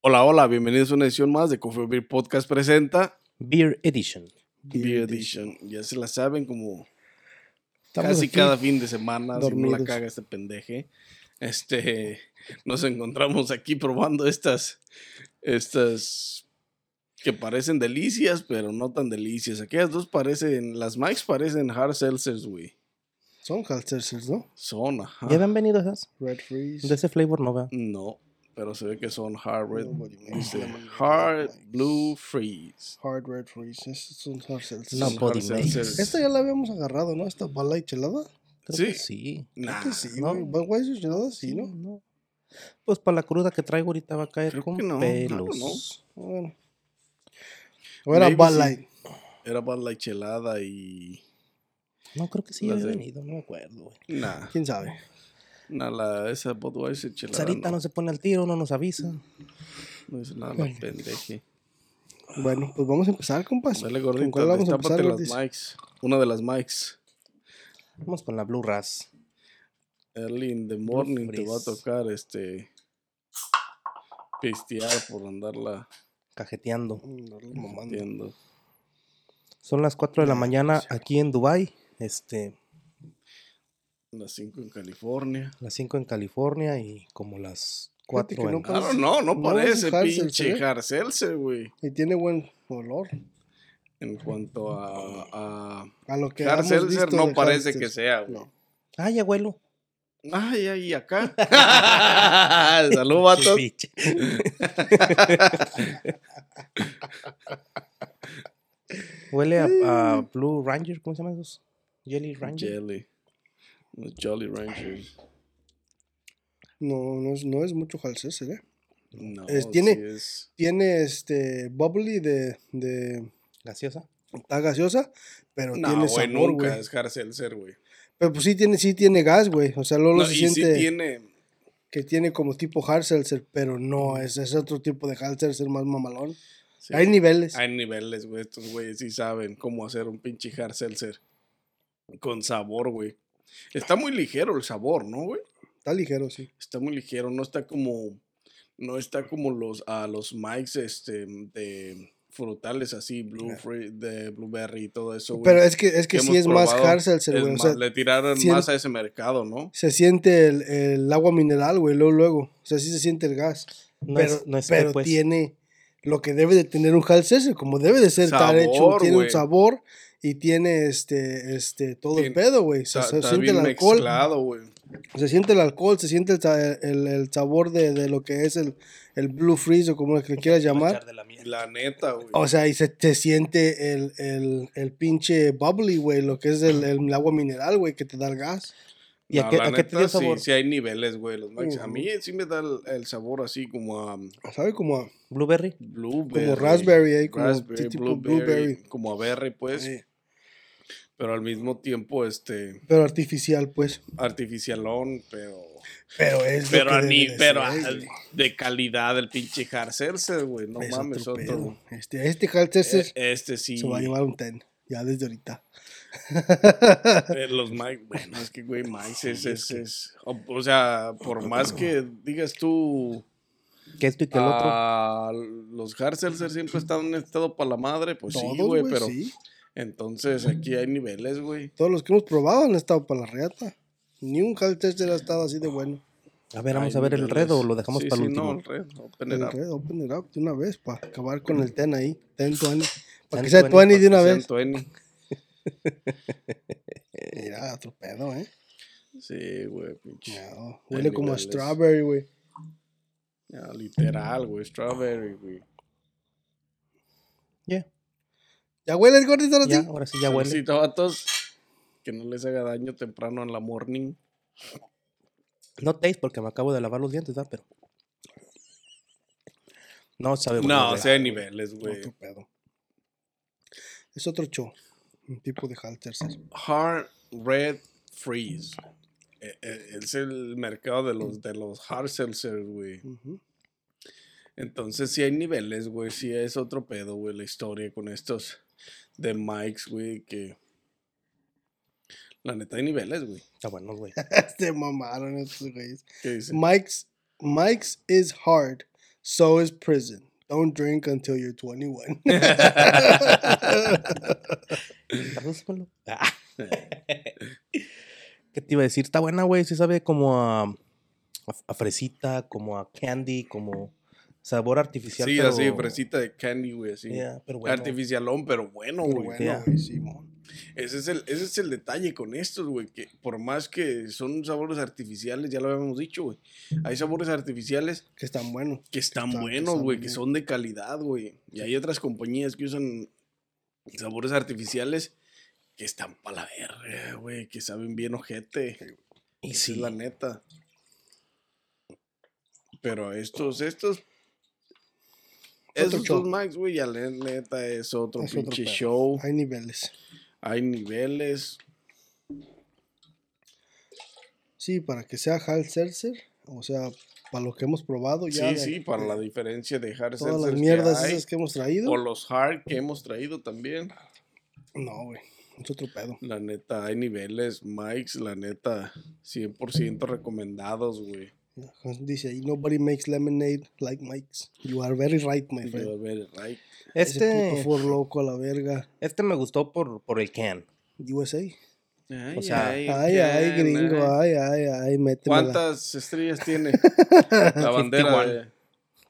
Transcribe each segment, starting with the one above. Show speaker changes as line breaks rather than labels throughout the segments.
Hola, hola, bienvenidos a una edición más de Coffee or Beer Podcast presenta
Beer Edition.
Beer, Edition. Ya se la saben como
Estamos
casi
aquí.
cada fin de semana, si no la
dormidos.
caga este pendeje. Este, nos encontramos aquí probando estas, estas que parecen delicias, pero no tan delicias. Aquellas dos parecen, las Mikes parecen hard seltzers, güey.
Son Halsersers, ¿no?
Son, ajá.
¿Ya habían venido esas?
Red Freeze.
De ese flavor no veo.
No, pero se ve que son hard red.
Nobody makes
dice,
them.
hard blue freeze.
Hard Red Freeze. Estos son Halsersers.
No,
Son
body
hard
makes.
seltzers.
Esta ya la habíamos agarrado, ¿no? Esta bala y chelada.
Creo
Sí.
que sí.
Nah,
Que sí,
no.
güey. Budweiser y chelada, sí, ¿no?
Pues para la cruda que traigo ahorita va a caer
Creo
con
que no, claro,
pelos.
Ah, Bueno. O era
Maybe sí.
bala y...
Era para la chelada y.
No, creo que sí
Las
había
de-
venido, no me acuerdo, güey.
Nah,
¿Quién sabe?
nah, la, esa Budweiser chelada.
Sarita no.
no,
se pone al tiro, no nos avisa.
Mm.
no es nada,
Bueno.
la pendeje.
Bueno, pues vamos a empezar, compas.
Dale
¿Con
gordita,
cuál vamos a
destápate
empezar?
las
Gordis?
mics. Una de las mics.
Vamos con la Blue Ras.
Early in the morning te va a
Freeze.
tocar este. Pistear por andarla
Cajeteando.
este,
Mm, mamando.
metiendo.
Son las 4
Ah,
de la mañana aquí en Dubai. Este,
Las 5 en California.
las 5 en California y como las
Fíjate que
4 en...
nunca-
I don't know, no
No,
parece
es hard seltzer,
pinche
¿eh?
hard seltzer, güey.
Y tiene buen olor.
En cuanto a. a
A lo que
hard
hemos
seltzer
visto
no
de
parece que
Halsers.
sea, güey.
No.
Ay, abuelo.
Ay, ay, acá. Salud, vatos.
Biche. Huele a, a Blue Ranger, ¿cómo se llaman esos? Jelly Ranger.
Mm. Jelly. Los Jolly Ranchers.
No, no es, no es mucho Halserser, ¿eh?
No,
Es- tiene-
sí es-
Tiene este bubbly de, de
Gaseosa.
está gaseosa, pero
No,
tiene
güey,
sabor,
nunca
güey.
es hard seltzer, güey.
Pero pues sí tiene, sí tiene gas, güey. O sea, Lolo
No,
se
y sí
siente
tiene.
que tiene como tipo hard seltzer, pero no, es, es otro tipo de hard seltzer más mamalón.
sí,
Hay niveles.
hay niveles, güey. Estos güeyes sí saben cómo hacer un pinche hard seltzer. Con sabor, güey. Está muy ligero el sabor, ¿no, güey?
Está ligero, sí.
Está muy ligero. No está como. No está como los a los mics este, de frutales así, blue, free- de blueberry y todo eso, güey.
Pero es que, es que, sí
hemos
es más
probado,
hard seltzer,
es
güey. O
más-
sea,
le tiraron
sí
más
es-
a ese mercado, ¿no?
se siente el, el agua mineral, güey, luego, luego. O sea, sí se siente el gas.
No
pero
es, no es
pero
que, pues,
tiene lo que debe de tener un hard seltzer, como debe de ser estar hecho.
Sabor,
Tiene
güey.
un sabor y tiene este, este, todo
Tien-
el pedo, güey. O sea,
Está,
se
está
siente el
bien
alcohol.
mezclado, güey.
Se siente el alcohol, se siente el, sa- el- el sabor de, de lo que es el, el Blue Freeze o como le quieras llamar.
La neta, güey.
O sea, y se, se siente el, el- el pinche bubbly, güey, lo que es el, el agua mineral, güey, que te da el gas.
¿Y a
No,
qué-
la
a qué te
neta,
dio
sí-
sabor?
Sí, hay niveles, güey. Los Max. A
Ujú.
mí sí me da el, el sabor así como a um,
¿Sabe? Como a-
Blueberry.
blueberry.
raspberry, ahí, como
raspberry,
tipo
blueberry,
blueberry.
Como a berry, pues.
eh,
Pero al mismo tiempo, este,
pero artificial, pues.
artificialón, pero...
Pero es lo
Pero,
que
a
debe
ni,
de
pero
ser,
a-
güey.
de calidad el pinche hard seltzer, güey. No
Es
mames,
otro
otro.
pedo. Este, este hard seltzer
Eh, Este sí.
se va a llevar un ten, ya desde ahorita.
Eh, los Mike, bueno, es que, güey, Mike es, es, es- o, o sea, por más que digas tú,
Que esto y que el otro.
ah, los Harselser siempre están en estado para la madre, pues sí,
Todos,
güey,
güey,
pero
sí.
entonces aquí hay niveles, güey.
Todos los que hemos probado han estado para la reata. Ni un hard seltzer ha estado así de bueno.
A ver, vamos
Hay
a ver el
niveles.
red o lo dejamos
Sí,
para el
sí, no,
último.
el red, open it
El
up.
red, open it up de una vez para acabar con el ten ahí. Ten tuani.
Ten
Para que sea
tuani,
tuani de
Que
una
sean
vez.
20.
Mira, otro pedo, ¿eh?
Sí, güey, pinche.
No,
Hay
huele como a
niveles.
strawberry, güey.
Ya, literal, güey, strawberry, güey.
Ya,
¿Ya hueles gordito
Pues
ahora
ya,
sí?
ahora sí ya huele.
Saludcita, vatos, que no les haga daño temprano en la morning.
No taste porque me acabo de lavar los dientes, ¿verdad? Pero... No sabe bueno,
No, o
güey.
sea, hay niveles, güey.
Otro pedo. Es otro show. Un tipo de hard seltzer.
Hard Red Freeze. E- e- Es el mercado de los, de los hard seltzer, güey.
Ujú.
Entonces, si hay niveles, güey. Si es otro pedo, güey, la historia con estos de Mike's, güey, que. La neta, hay niveles, güey.
Está bueno, güey.
Se mamaron estos güeyes.
¿Qué dicen?
Mike's, Mike's is hard. So is prison. Don't drink until you're 21.
Tradúzcelo. Ah. ¿Qué te iba a decir? Está buena, güey. Sí sabe como a, a- a fresita, como a candy, como sabor artificial.
Sí,
pero-
así, fresita de candy, güey, así.
Yeah, pero bueno.
Artificialón, pero bueno,
Pero
güey.
bueno,
yeah.
güey, Simón.
Ese es, el, ese es el detalle con estos, güey, que por más que son sabores artificiales, ya lo habíamos dicho, güey, hay sabores artificiales
Que están buenos.
que están
Está- que
buenos,
están
güey, que
bien.
son de calidad, güey. Y hay otras compañías que usan sabores artificiales que están para la verga, güey, que saben bien ojete.
Y
Esa
sí,
es la neta. Pero estos, estos.
Es otro
Esos
show.
dos Max, güey, ya la neta es otro
Es otro
pinche
pedo.
show.
Hay niveles.
Hay niveles.
Sí, para que sea Hal Seltzer, o sea, para lo que hemos probado ya.
Sí,
de-
sí, para
de
la diferencia de Hard
Todas las
seltzers que
mierdas
hay,
esas que hemos traído.
O los hard que hemos traído también.
No, güey. Es otro pedo.
La neta, hay niveles, Mike's, la neta, 100% recomendados, güey.
Dice ahí, nobody makes lemonade like Mike's. You are very right, my
Yo,
friend.
a ver, right.
Ese puto
este,
for loco a la verga.
este me gustó por, por el can.
USA.
Ay,
O sea,
ay,
Ay, ay,
ok,
gringo, ah,
ay.
ay, ay, ay, métemela.
¿Cuántas estrellas tiene la bandera
51.
de,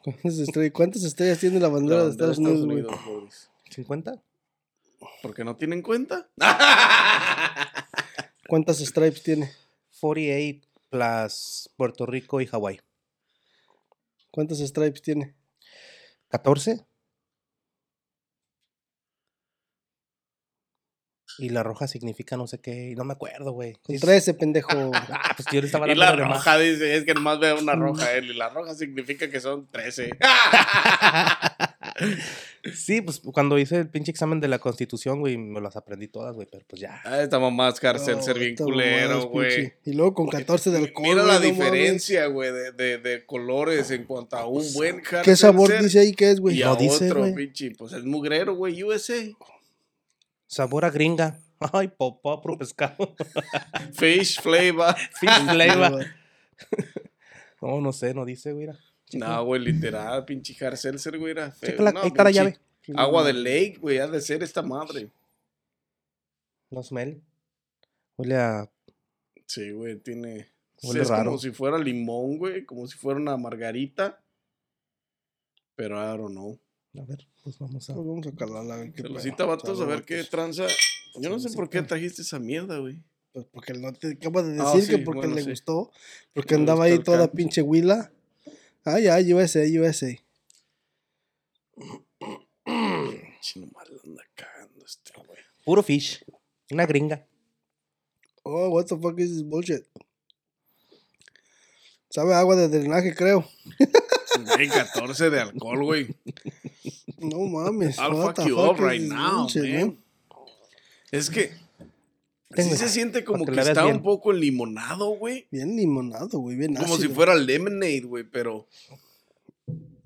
¿Cuántas estrellas, cuántas estrellas tiene la bandera de Estados Unidos, güey?
Boris.
¿50?
Porque no tienen cuenta.
¿Cuántas stripes tiene?
48 plus Puerto Rico y Hawái.
¿Cuántas stripes tiene?
¿14? Y la roja significa no sé qué. y No me acuerdo, güey.
Con
Sí,
13, pendejo.
Ah, pues yo le estaba
y la
hablando de más.
roja dice, es que nomás veo una roja él. Y la roja significa que son Ah, 13.
Sí, pues cuando hice el pinche examen de la constitución, güey, me las aprendí todas, güey, pero pues ya.
Ah, esta mamá es cárcel, ser bien
Esta mamada es
culero,
pinche-
güey.
Y luego con 14 de alcohol.
Mira la
güey, no mames.
diferencia, güey, de, de- de colores en cuanto a un buen hard
Pues, ¿Qué sabor
seltzer
dice ahí que es, güey?
Y a
No dice,
otro,
güey.
pinche. Pues es mugrero, güey, USA.
Sabor a gringa. Ay, popó, pro pescado.
Fish flavor.
Fish flavor. No, no sé, no dice, güey. era.
no, güey, literal, pinche hard seltzer, güey. era feo.
Chécala,
No,
ahí está la
pinche
llave.
Agua de lake, güey, ha de ser esta madre.
No smell. Huele a.
Sí, güey, tiene.
Huele
es
raro.
como si fuera limón, güey, como si fuera una margarita. Pero I don't know.
A ver, pues vamos a.
Pues Vamos a calarla a ver qué
Se
pedo.
lo cita, vatos, a ver qué
Saludos.
tranza. Yo no sé por qué
Salucita.
trajiste esa mierda, güey.
Pues porque no te acaba de decir
Ah,
que
sí,
porque
bueno,
le
sí.
gustó. Porque
Le
andaba
gustó
ahí
el
toda
canto.
pinche huila. Ay, ay, USA, USA.
Chino mal anda cagando este, güey.
Puro fish. Una gringa.
Oh, what the fuck is this bullshit? Sabe a agua de drenaje, creo.
Güey, 14 de alcohol, güey.
No mames.
I'll
what
fuck
the
you
fuck
up
is
right
this
now,
bullshit,
man. Es que.
Tengo
Sí
esa,
se siente
para
como
que
que,
la veas
está
bien.
un poco limonado, güey.
Bien limonado, Ah, güey. Bien
Como si
ácido.
fuera lemonade, güey, pero.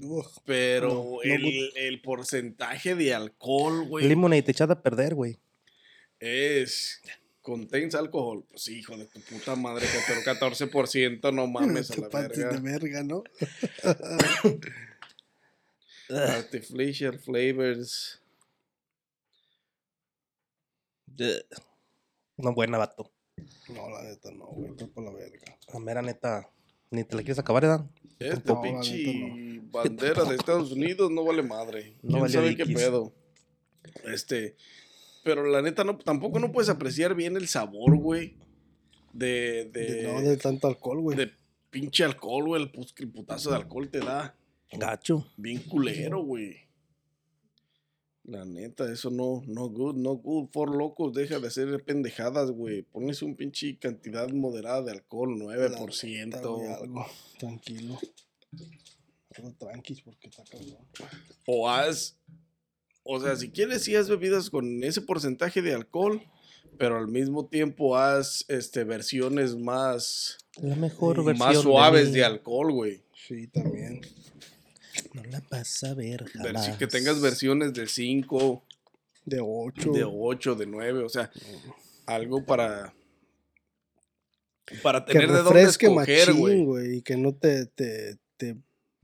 Ugh.
Pero
No, no,
el,
güey.
el porcentaje de alcohol, güey.
Limonade echada a perder, güey.
Es. Contains alcohol. Pues hijo de tu puta madre, que pero 14%, no mames Pues a
Te
la
pates de
verga.
verga, Ah, ¿no?
Artificial flavors.
No buena, vato.
No, la neta, no, güey. Está por la verga.
La mera neta. Ni te la quieres acabar, ¿verdad?
Esta
No,
Este
la
pinche
neta
bandera de Estados Unidos no vale madre.
No
¿Quién
vale
sabe qué
diquis.
pedo? Este. Pero la neta, no, tampoco no puedes apreciar bien el sabor, güey. De.
De-
de,
no de tanto alcohol, güey.
eh, de pinche alcohol, güey. El, pus- el putazo de alcohol te da.
Gacho.
Bien culero, güey. La neta, eso no, no good, no good. For locos, deja de hacer pendejadas, güey. Pones un pinche cantidad moderada de alcohol,
La neta, güey,
9%.
algo. Tranquilo. Todo tranquis porque está cabrón.
O haz. O sea, si quieres, sí haz bebidas con ese porcentaje de alcohol, pero al mismo tiempo haz este, versiones más,
La mejor versión.
más suaves
mí.
de alcohol, güey.
Sí, también.
No la vas a ver
Versi-
jamás.
Que tengas versiones de 5,
De 8.
de 8, de 9, o sea, algo para para
que
tener de dónde
refresque
escoger,
machín,
güey.
güey. Y que no te, te, te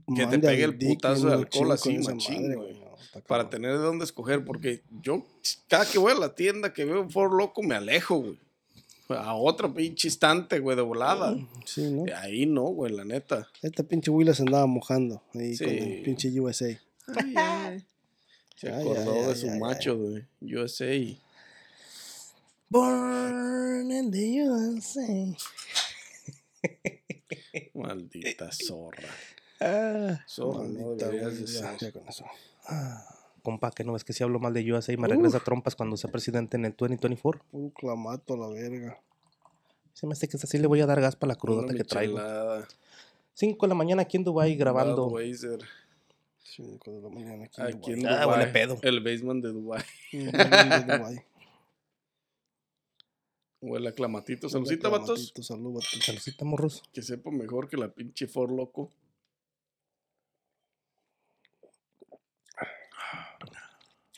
Que te
manda
pegue el
dick bien
putazo de alcohol así,
machín con esa
machín,
madre,
güey.
no, está
Para
cabrón.
tener de dónde escoger, porque yo cada que voy a la tienda que veo un Ford Loco me alejo, güey. A otro pinche instante, güey, de volada.
Sí, ¿no?
Y Ahí no, güey, la neta.
Esta pinche Willa se andaba mojando ahí
Sí.
con el pinche USA.
Se
Ay,
acordó
ay,
de
ay,
su
ay, ay.
macho, güey. USA.
Born in the USA.
Maldita zorra.
Ah,
Zorra, no
Maldita
deberías de
Willa.
ser.
Ya con eso.
Ah, compa, que no es que si hablo mal de USA y me regresa trompas cuando sea presidente en el 2024.
Puro clamato a la verga.
Se me hace que es así, le voy a dar gas para la crudota
Una
que traigo.
michelada.
5 de la mañana aquí en Dubai grabando.
Budweiser.
Cinco de la mañana aquí en
Aquí en
Dubái.
Ah,
Dubái.
huele pedo.
El basement de Dubai.
En Dubái.
Huele a clamatito. Pues, Saludcita, vatos.
Clamatito, Salud, vatos.
Saludcita, morros.
Que sepa mejor que la pinche Ford loco.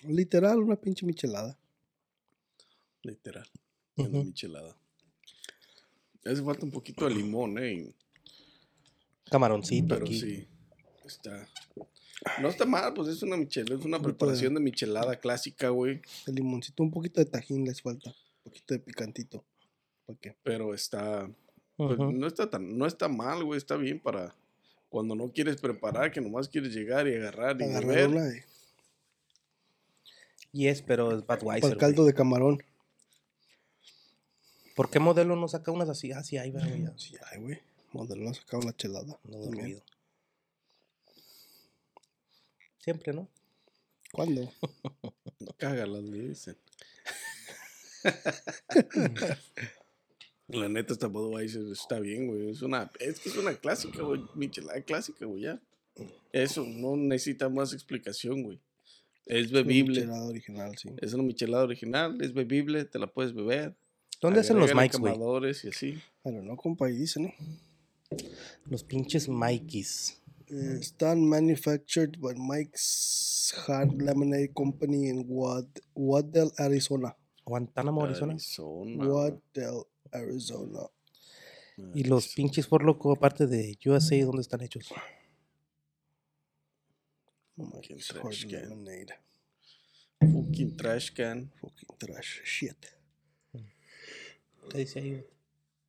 Literal, una pinche michelada.
Literal. en la
Ujú.
michelada. Hace falta un poquito de limón, eh. y-
Camaroncito
Pero
aquí.
sí. Está. No está mal, pues es una michelada, es una preparación de michelada clásica, güey.
El limoncito, un poquito de tajín les falta. Un poquito de picantito. ¿Para qué?
Pero está. pues,
Ujú.
no está tan, no está mal, güey. Está bien para cuando no quieres preparar, que nomás quieres llegar y agarrar y
Agarrar
beber.
una de,
Yes, pero es
para
Budweiser.
el caldo
güey.
de camarón.
¿Por qué modelo no saca unas así? Ah, sí, ahí va, güey. ya.
Sí, ay, güey. Modelo ha sacado la chelada.
No he
también.
dormido. Siempre, ¿no?
¿Cuándo?
Cágalas, me dicen. La neta, esta Budweiser está bien, güey. Es una, es que es una clásica, güey. Michelada clásica, güey, ya. Eso, no necesita más explicación, güey. Es bebible.
Michelada original, sí.
Es una michelada original, es bebible, te la puedes beber.
¿Dónde hacen los
Agrégale
mics, güey?
quemadores y así.
Pero no, compa, y dice, ¿no?
Los pinches Mikeys.
Eh, Están manufactured by Mike's Hard Lemonade Company in Wad Waddell, Arizona.
Guantánamo, Arizona.
Arizona, güey.
Waddell, Arizona.
Y los pinches por loco, aparte de USA, ¿dónde están hechos?
Fucking
Mike's
trash
Hard
can.
Lemonade.
Fucking trash can.
Fucking trash shit.
¿Qué dice ahí? güey?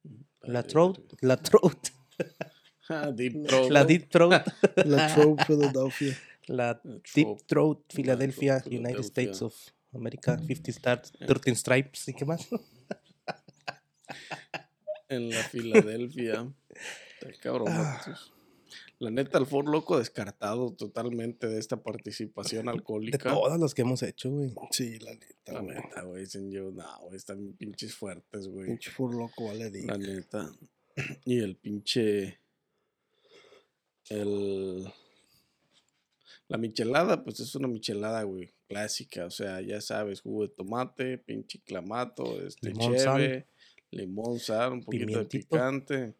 Mm, La throat, la throat,
Ah, deep throat.
la deep throat,
La Trove Philadelphia.
la
La
deep
throat.
throat, Philadelphia, Eh.
throat,
United
Philadelphia.
States of America, 50 stars, 13 stripes, ¿y qué más?
en la Filadelfia. Está cabrón. vatos. La neta, el Ford Loco descartado totalmente de esta participación
De
alcohólica.
todas las que hemos hecho, güey.
Sí, la neta,
La
güey.
neta, güey, dicen yo, no, güey, están bien pinches fuertes, güey.
Pinche fur loco, vale, di.
La neta. Y el pinche. El. La michelada, pues es una michelada, güey, clásica. O sea, ya sabes, jugo de tomate, pinche clamato, este
Limón,
limón,
sal.
limón, sal, un poquito de
Pimientito.
picante.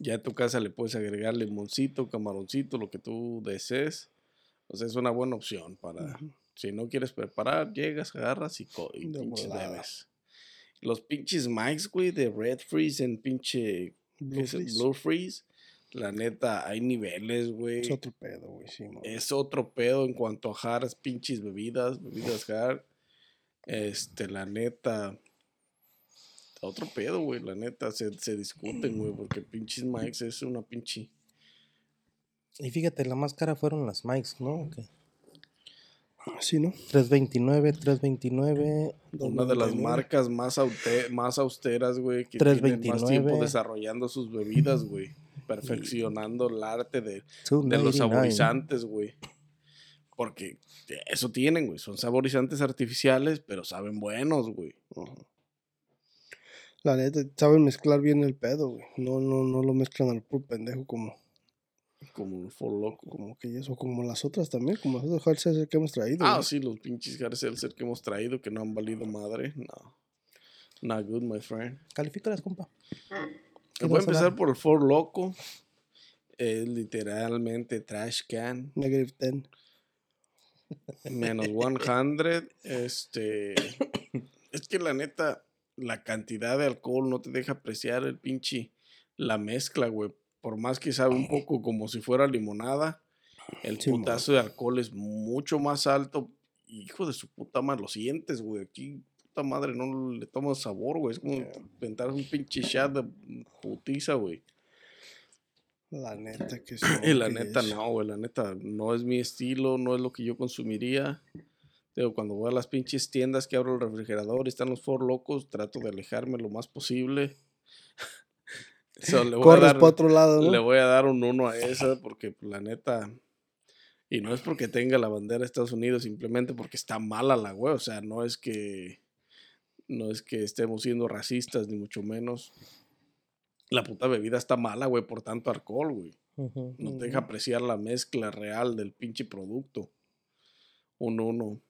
Ya a tu casa le puedes agregar limoncito, camaroncito, lo que tú desees. O sea, es una buena opción
Mm.
para.
Ujú.
Si no quieres preparar, llegas, agarras y, co- y
De
pinches
volada.
bebes. Los pinches mics, güey, de Red Freeze en pinche ¿qué
Blue
es el?
Freeze.
Blue Freeze. La neta, hay niveles, güey.
Es otro pedo, güey. Sí, mo.
Es otro pedo en cuanto a hard, pinches bebidas, bebidas hard. Este, la neta. Otro pedo, güey, la neta. Se, se discuten, güey, porque pinches mics es una pinche.
Y fíjate, la más cara fueron las Mikes, ¿no? Ok.
Ah, Sí, ¿no?
329, 329,
Una de las
2.99.
marcas más, aute- más austeras, güey, que tienen más
3.29.
tiempo desarrollando sus bebidas, güey. Perfeccionando el arte de, de los
299.
saborizantes, güey. Porque eso tienen, güey. Son saborizantes artificiales, pero saben buenos, güey.
Ujú. La neta, saben mezclar bien el pedo, güey. No, no, no lo mezclan al puro pendejo como,
Como un for loco.
como que eso, como las otras también, como las otras hard seltzer que hemos traído.
Ah,
güey.
sí, los pinches hard seltzer que hemos traído que no han valido madre. No. Not good, my friend.
Califícalas, compa. ¿Qué
Voy a
vas a dar?
empezar por el for loco. Es literalmente trash can.
Negative 10.
menos 100. Este. Es que la neta, la cantidad de alcohol no te deja apreciar el pinche. La mezcla, güey. por más que sabe un poco como si fuera limonada, el
Sí,
putazo de alcohol es mucho más alto. Hijo de su puta madre, lo sientes, güey. Aquí, puta madre, no le toma sabor, güey. Es como inventar un pinche shot de putiza, güey.
La neta que sí.
Y la
que
neta,
es-
no, güey, la neta, no es mi estilo, no es lo que yo consumiría. Digo, cuando voy a las pinches tiendas que abro el refrigerador y están los for locos, trato de alejarme lo más posible. So, le, voy a
Corres
dar,
para otro lado,
le
¿no?
voy a dar un uno a esa porque la neta, y no es porque tenga la bandera de Estados Unidos, simplemente porque está mala la güey, o sea, no es que no es que estemos siendo racistas ni mucho menos. La puta bebida está mala, güey, por tanto alcohol, güey.
Ujú.
No
Ujú.
te deja apreciar la mezcla real del pinche producto. Un uno.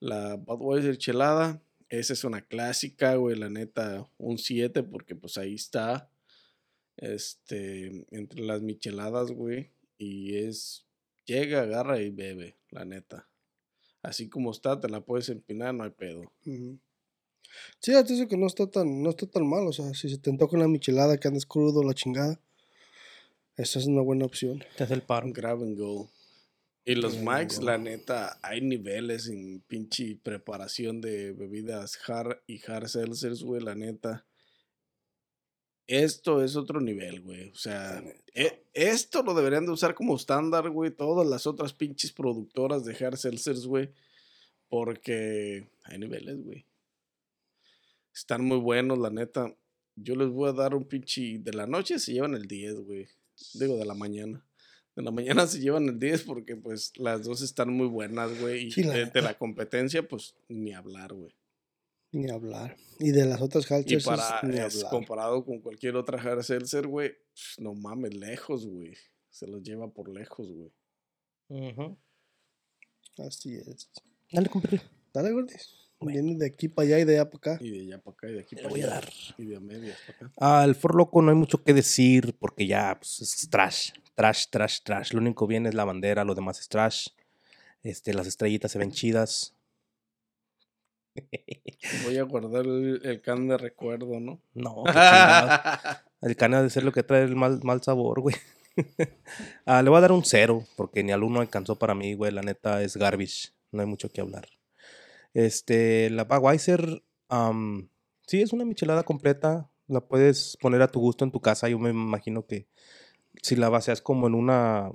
La Budweiser chelada, esa es una clásica, güey, la neta, un 7, porque pues ahí está. Este, entre las micheladas, güey. Y es, llega, agarra y bebe, la neta. Así como está, te la puedes empinar, no hay pedo.
Ujú. Sí, antes de que no está tan, no está tan mal. O sea, si se te antoja una michelada que andas crudo, la chingada. Esa es una buena opción.
Te hace el paro.
Grab and go. Y los
Grab and
Max,
go.
la neta, hay niveles en pinche preparación de bebidas hard y hard seltzers, güey, la neta. Esto es otro nivel, güey. O sea, e- esto lo deberían de usar como estándar, güey. Todas las otras pinches productoras de hard seltzers, güey. Porque hay niveles, güey. Están muy buenos, la neta. Yo les voy a dar un pinche... De la noche se llevan el 10, güey. Digo, de la mañana. De la mañana se llevan el 10 porque pues las dos están muy buenas, güey. Y
Sí, la
de, de
neta.
la competencia, pues ni hablar, güey.
Ni hablar. Y de las otras
Y
cultures,
para
ni
es
hablar.
comparado con cualquier otra hard seltzer, güey, pf, no mames, lejos, güey. Se los lleva por lejos, güey.
Ujú.
Así es.
Dale, compadre.
Dale, gordis. Viene de aquí para allá y de allá para acá.
Y de allá para acá y de aquí
Te
para
voy a
allá.
dar.
Y de a medias para acá.
Al For Loco no hay mucho que decir porque ya pues, es trash, trash, trash, trash. Lo único bien es la bandera, lo demás es trash. Este, las estrellitas se ven chidas.
Voy a guardar el, el can de recuerdo, ¿no?
No, qué chingados. el canal de ser lo que trae el mal, mal sabor, güey. Ah, le voy a dar un cero porque ni al uno alcanzó para mí, güey. La neta es garbage. No hay mucho que hablar. Este, la Budweiser, am, sí, es una michelada completa. La puedes poner a tu gusto en tu casa. Yo me imagino que si la baseas como en una,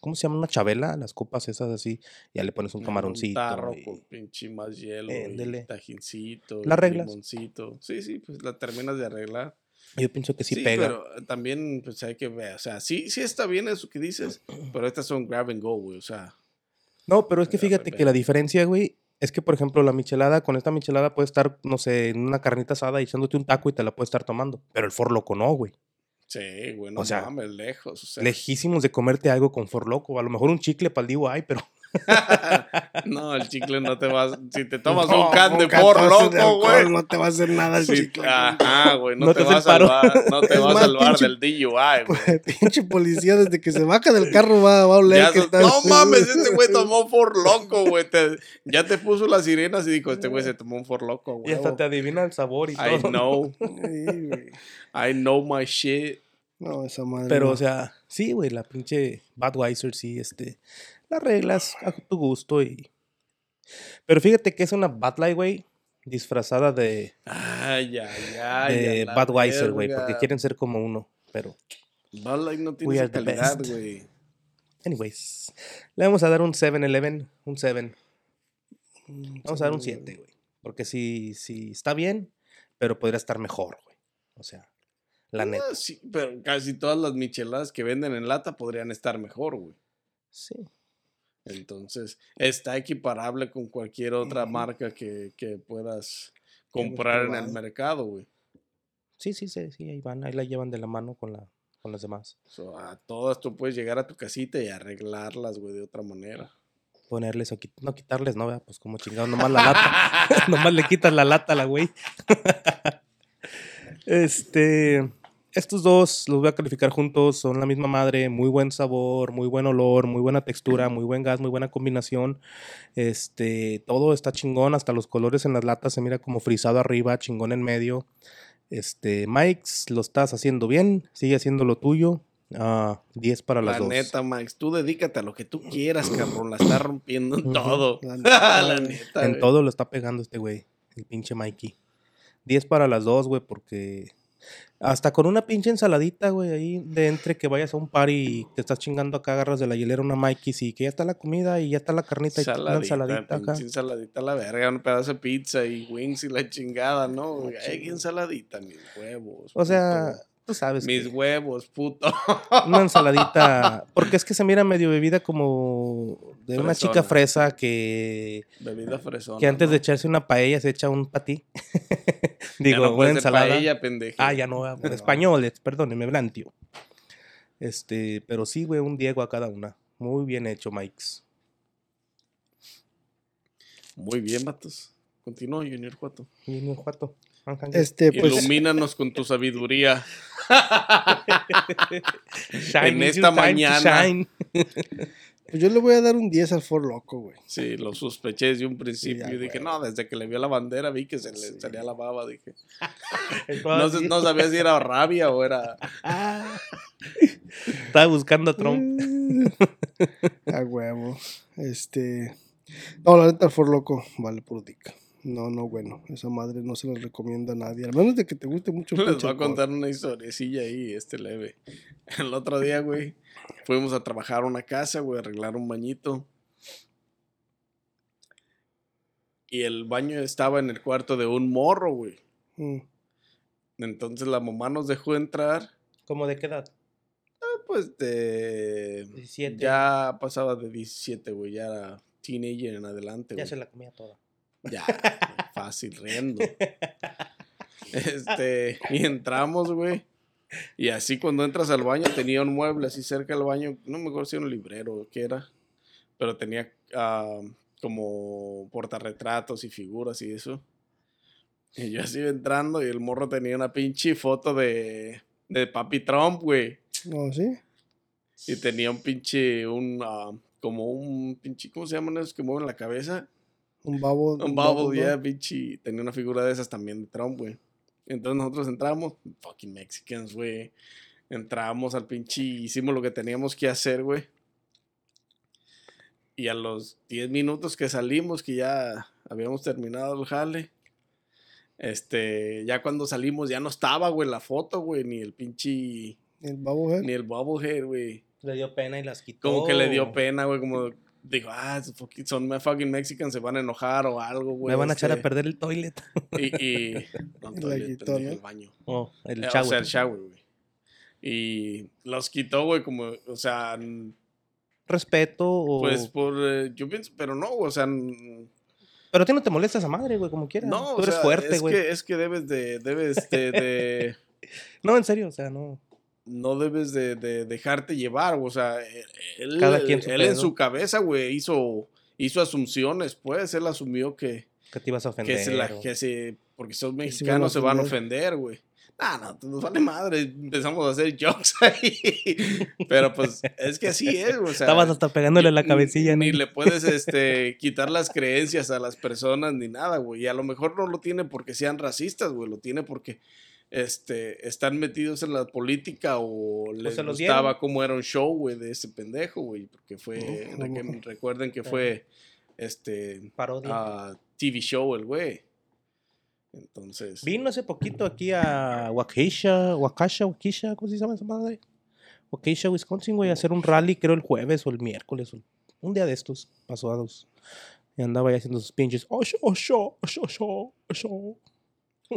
¿cómo se llama? Una chabela, las copas esas así, ya le pones un camaroncito.
Un tarro
y-
con pinche más hielo.
Éndele.
Y tajincito.
Las
y
reglas.
Limoncito. Sí, sí, pues la terminas de arreglar.
Yo pienso que sí,
Sí,
pega.
pero también pues hay que ver. O sea, sí, sí está bien eso que dices, pero estas son grab and go, güey. O sea,
No, pero es que
Pero,
fíjate
pero-
que la diferencia, güey, es que, por ejemplo, la michelada, con esta michelada puedes estar, no sé, en una carnita asada y echándote un taco y te la puedes estar tomando. Pero el forloco no, güey.
sí, güey, no
O sea,
mames, lejos. O sea,
Lejísimos de comerte algo con forloco. A lo mejor un chicle para el DIY, pero
no, el chicle no te va. Si te tomas
No,
un can de
con
por
14 de
loco,
alcohol
güey.
No te va a hacer nada el
Sí, ah.
chicle.
ajá, güey, no,
No
te,
te
va a
separo.
salvar, no te
Es
va a
más,
salvar
pinche-
del DUI, güey.
Pinche policía, desde que se baja del carro va, va a oler
Ya
que
so-
está-
no mames, este güey tomó for loco, güey. Te- ya te puso las sirenas y dijo, este güey se tomó un for loco,
y
güey.
hasta te adivina el sabor y
I
todo.
know,
Sí, güey.
I know my shit.
No, esa madre.
Pero,
no.
o sea, sí, güey, la pinche Budweiser, sí, este, las reglas a tu gusto y... Pero fíjate que es una Bud Light, güey, disfrazada de,
Ay, ay, ay.
de
a la
Budweiser, güey, porque
verga.
quieren ser como uno, pero...
Bud Light no
We
tiene
are
esa
the
calidad,
best.
güey.
Anyways, le vamos a dar un 7-Eleven, un 7. Vamos a dar un 7, güey. Porque si, si está bien, pero podría estar mejor, güey. O sea, la
Ah,
neta.
sí, pero casi todas las micheladas que venden en lata podrían estar mejor, güey.
Sí.
Entonces, está equiparable con cualquier otra
Ujú.
marca que, que puedas
Que hemos
comprar en el
probado.
mercado, güey.
Sí, sí, sí, sí, ahí van, ahí la llevan de la mano con, la, con las demás.
So, a todas tú puedes llegar a tu casita y arreglarlas, güey, de otra manera.
Ponerles o quit- no quitarles, no, vea, pues como chingado, nomás la lata. nomás le quitas la lata a la güey. este, estos dos los voy a calificar juntos, son la misma madre, muy buen sabor, muy buen olor, muy buena textura, muy buen gas, muy buena combinación. Este, todo está chingón, hasta los colores en las latas se mira como frisado arriba, chingón en medio. Este, Mike's, lo estás haciendo bien, sigue haciendo lo tuyo. Ah, 10 para las
La
dos.
neta, Max, tú dedícate a lo que tú quieras, cabrón. La está rompiendo en
Ujú.
todo.
La neta,
La
güey.
neta.
en
güey.
todo lo está pegando este güey, el pinche Mikey. 10 para las dos, güey, porque hasta con una pinche ensaladita, güey, ahí de entre que vayas a un party y te estás chingando acá, agarras de la hielera una Mikey's y que ya está la comida y ya está la carnita y una ensaladita
Saladita,
acá.
pinche ensaladita a la verga, un pedazo de pizza y wings y la chingada, ¿no? Ay, qué ensaladita, mis huevos.
Ah, O sea,
puto.
tú sabes.
mis
que
huevos, puto.
una ensaladita, porque es que se mira medio bebida como de una chica fresa que
Bebida fresona.
que antes
¿no?
de echarse una paella se echa un patí.
Ya
Digo,
no
una
puede ser
ensalada.
paella, pendejo.
Ah, ya no, ah,
No.
españoles, perdónenme, Blantio. Este, pero sí, güey, un Diego a cada una. Muy bien hecho, Mikes.
Muy bien, vatos. Continúa, Junior Cuato.
Y un Guato.
Este, pues.
Ilumínanos con tu sabiduría. en esta mañana.
Pues yo le voy a dar un 10 al For Loco, güey.
Sí, lo sospeché desde un principio
Ya,
y dije,
güey.
no, desde que le vio la bandera vi que se le
Sí. Ah,
salía la baba, dije. No, sé- no sabía si era rabia o era...
Estaba buscando a Trump.
a huevo. Este. No, la neta, el For Loco vale por dica. No, no, bueno. Esa madre no se la recomienda a nadie. Al menos de que te guste mucho. el
Les
pinche
voy a
alcohol.
contar una historiecilla ahí, este leve. El otro día, güey, fuimos a trabajar a una casa, güey, a arreglar un bañito. Y el baño estaba en el cuarto de un morro, güey.
Mm.
Entonces la mamá nos dejó entrar,
¿Cómo de qué edad?
eh, pues de...
17.
Ya pasaba de 17, güey, ya era teenager en adelante,
Ya
güey.
se la comía toda.
Ya, fácil, riendo. Este, y entramos, güey. Y así cuando entras al baño, tenía un mueble así cerca del baño, no me acuerdo si era un librero o qué era, pero tenía ah, como portarretratos y figuras y eso. Y yo así iba entrando y el morro tenía una pinche foto de, de Papi Trump, güey.
No, sí.
Y tenía un pinche, un, ah, como un pinche, ¿cómo se llaman esos que mueven la cabeza?
Un babo.
Un Bubble,
babo,
yeah,
¿no?
pinche. Tenía una figura de esas también de Trump, güey. Entonces nosotros entramos, fucking Mexicans, güey. Entramos al pinche, hicimos lo que teníamos que hacer, güey. Y a los 10 minutos que salimos, que ya habíamos terminado el jale, este, ya cuando salimos ya no estaba, güey, la foto, güey, ni el pinche,
El babo,
ni el bubblehead, güey.
Le dio pena y las quitó.
Como que le
Oh.
dio pena, güey, como dijo, ah, fucking- son my fucking Mexicans, se van a enojar o algo, güey.
Me van a echar a
este".
perder el toilet.
Y, y no,
Y la
toilet,
quitó,
pendejo,
¿no?
el baño.
Oh, el
Eh,
chavo.
O sea, el shower, güey. Y los quitó, güey, como, o sea, n-
Respeto o...
pues por, eh, yo pienso, pero no, güey, o sea, n-
Pero a ti no te molesta esa madre, güey, como quieras.
no,
Tú
o
eres
sea,
fuerte,
es
güey.
que, es que debes de, debes de, de-
No, en serio, o sea, no.
no debes de, de dejarte llevar, güey, o sea, e, él,
Cada quien su
él en
pedo.
su cabeza, güey, hizo, hizo asunciones, pues, él asumió que...
Que te ibas a ofender.
que se la,
o-
que se, porque son
Que se van a
mexicanos se van a
ofender.
ofender, güey. Ah, no, pues nos vale madre, empezamos a hacer jokes ahí. Pero pues es que así es, o sea.
Estabas hasta pegándole la
ni-
cabecilla.
Ni
¿no?
le puedes este, quitar las creencias a las personas ni nada, güey. Y a lo mejor no lo tiene porque sean racistas, güey. Lo tiene porque este, están metidos en la política o les
se los
gustaba
dieron.
cómo era un show, güey, de ese pendejo, güey. Porque fue,
Ujú, a lo
reque-
mejor.
recuerden que fue, este,
Parodia.
a TV show el güey. Entonces,
Vino hace poquito aquí a Waukesha, Waukesha, Waukesha, ¿cómo se llama esa madre? Waukesha, Wisconsin, güey, a hacer un rally, creo el jueves o el miércoles, o un día de estos, pasados. Y andaba ahí haciendo sus pinches. "Oh, Osho, osho, osho, osho, osho.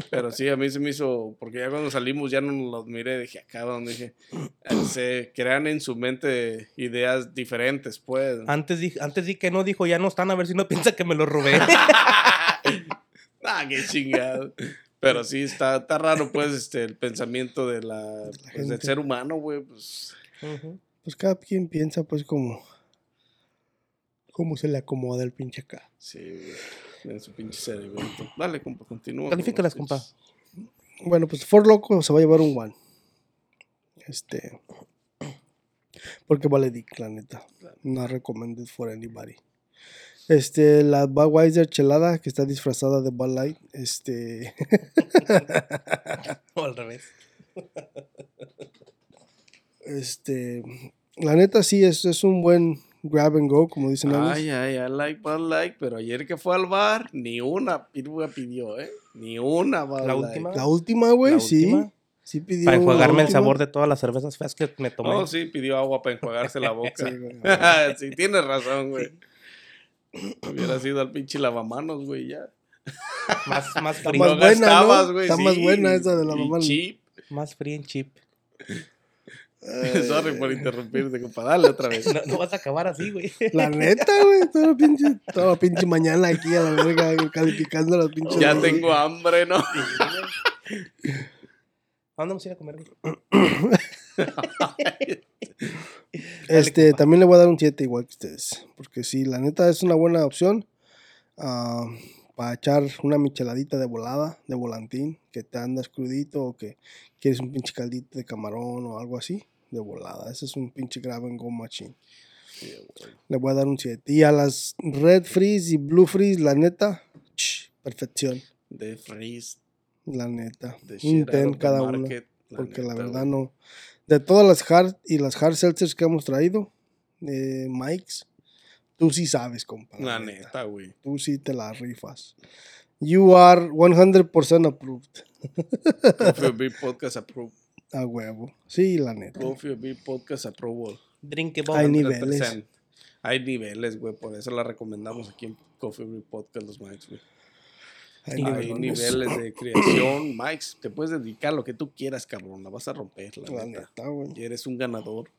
pero sí, a mí se me hizo, porque ya cuando salimos ya no los miré, dije, acá donde dije, eh, se crean en su mente ideas diferentes, pues.
Antes di, antes di que no, dijo, ya no están, a ver si no piensa que me lo robé.
ah, qué chingado. Pero sí, está, está raro, pues, este, el pensamiento de la, pues, del
gente.
ser humano, güey. Pues,
Ujú.
Pues cada quien piensa, pues, como. Cómo se le acomoda el pinche acá.
sí, güey, en su pinche cerebro. Dale, compa, continúa.
Califícalas,
con los
compa.
pinches.
Bueno, pues For Loco se va a llevar un one. Este. Porque vale dick, la neta. No recommended for anybody. Este, la Budweiser chelada que está disfrazada de Bud Light. Este.
O al revés.
Este, la neta sí, es, es un buen grab and go, como dicen ellos.
Ay, ay, I like Bud Light, pero ayer que fue al bar, ni una pirúa pidió, ¿eh? Ni una Bud
La
Light.
última.
La última, güey,
ah. ¿La
Pues sí.
última?
Sí pidió.
Para enjuagarme
la
el
última.
sabor de todas las cervezas feas que me tomé.
No, Oh, sí, pidió agua para enjuagarse la boca.
Sí, güey.
sí, tienes razón, güey. Hubiera sido al pinche lavamanos, güey, ya.
Más, más
Está
frío.
más
No
buena, ¿no?
gastabas, güey.
Está más
sí,
buena esa de
y
lavamanos.
cheap.
Más frío en chip.
Ay,
Sorry por interrumpirte, compa. Dale otra vez.
No, no vas a acabar así, güey.
La neta, güey, toda la pinche, toda la pinche mañana aquí a la verga güey, calificando las pinches.
Ya tengo hambre, ¿no?
¿A dónde vamos a ir a comer, güey?
Este, también le voy a dar un 7 igual que ustedes. Porque sí, la neta es una buena opción. ah, para echar una micheladita de volada, de volantín, que te andas crudito o que quieres un pinche caldito de camarón o algo así, de volada. Ese es un pinche grab and go machine. Le voy a dar un 7. Y a las Red Freeze y Blue Freeze, la neta, ch, perfección.
De freeze,
La neta.
de
Un
shit out
10
of the
cada uno.
market,
Porque la
neta,
verdad
güey.
no. De todas las hard y las hard seltzers que hemos traído, eh, Mike's, tú sí sabes, compa.
La neta, güey.
Tú sí te la rifas. You are 100% approved.
Coffee Beer Podcast Approval.
A huevo. Sí, la neta.
Coffee Beer Podcast Approval.
Drinkable.
Hay
Hundred
niveles.
percent. Hay niveles, güey. Por eso la recomendamos aquí en Coffee Break Podcast, los Mikes, güey.
Ay,
Hay
cabrón,
niveles de creación. Mikes, te puedes dedicar a lo que tú quieras, cabrón. La vas a romper, la,
La
neta.
neta, güey.
Y eres un ganador.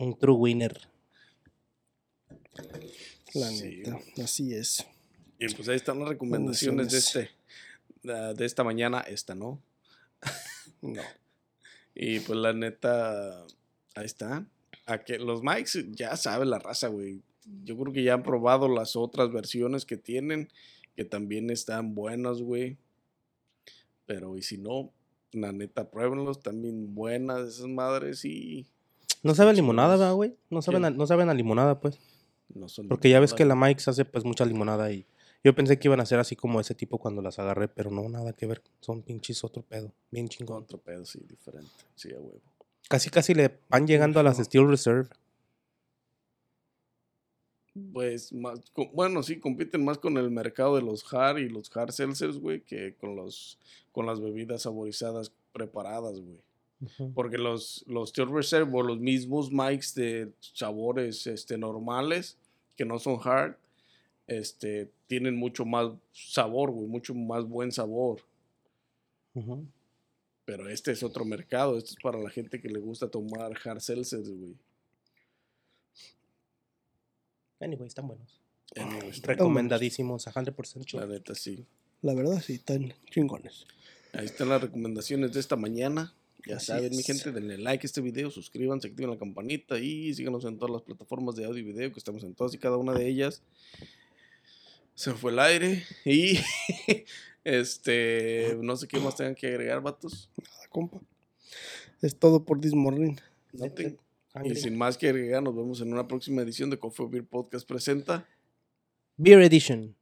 Un true winner.
La
Sí,
neta.
güey.
Así es.
Y pues ahí están las recomendaciones de este. la- De esta mañana, esta, ¿no?
No.
Y pues la neta, ahí está. A que los Mikes ya sabe la raza, güey. Yo creo que ya han probado las otras versiones que tienen, que también están buenas, güey. Pero y si no, la neta, pruébenlos, también buenas esas madres y
No sabe a limonada, ¿verdad, güey. No saben, a,
¿Quién?
no saben a limonada, pues.
no son...
Porque ya ves que la
nada.
Mike's hace pues mucha limonada y yo pensé que iban a ser así como ese tipo cuando las agarré, pero no, nada que ver. Son pinches otro pedo. Bien chingón.
Otro pedo, sí, diferente. Sí, a huevo.
Casi casi le van llegando a las Steel Reserve.
Pues, más, co- bueno, sí, compiten más con el mercado de los hard y los hard seltzers, güey, que con, los, con las bebidas saborizadas preparadas, güey. Porque los, los Steel Reserve o los mismos mics de sabores este, normales, que no son hard, este, tienen mucho más sabor, güey, mucho más buen sabor.
Ujú.
Pero este es otro mercado, este es para la gente que le gusta tomar hard seltzers, güey.
Anyway, están buenos.
Anyways,
Recomendadísimos, a 100%
La
sure.
neta, sí.
La verdad, sí, están chingones.
Ahí están las recomendaciones de esta mañana. Ya
Así
saben, mi
es.
gente, denle like a este video, suscríbanse, activen la campanita y síganos en todas las plataformas de audio y video que estamos en todas y cada una de ellas. Se fue el aire y este no sé qué más tengan que agregar, vatos.
Ah, compa. Es todo por this morning.
No
Neta,
te- Y
Angry.
sin más que agregar, nos vemos en una próxima edición de Coffee Beer Podcast presenta.
Beer Edition.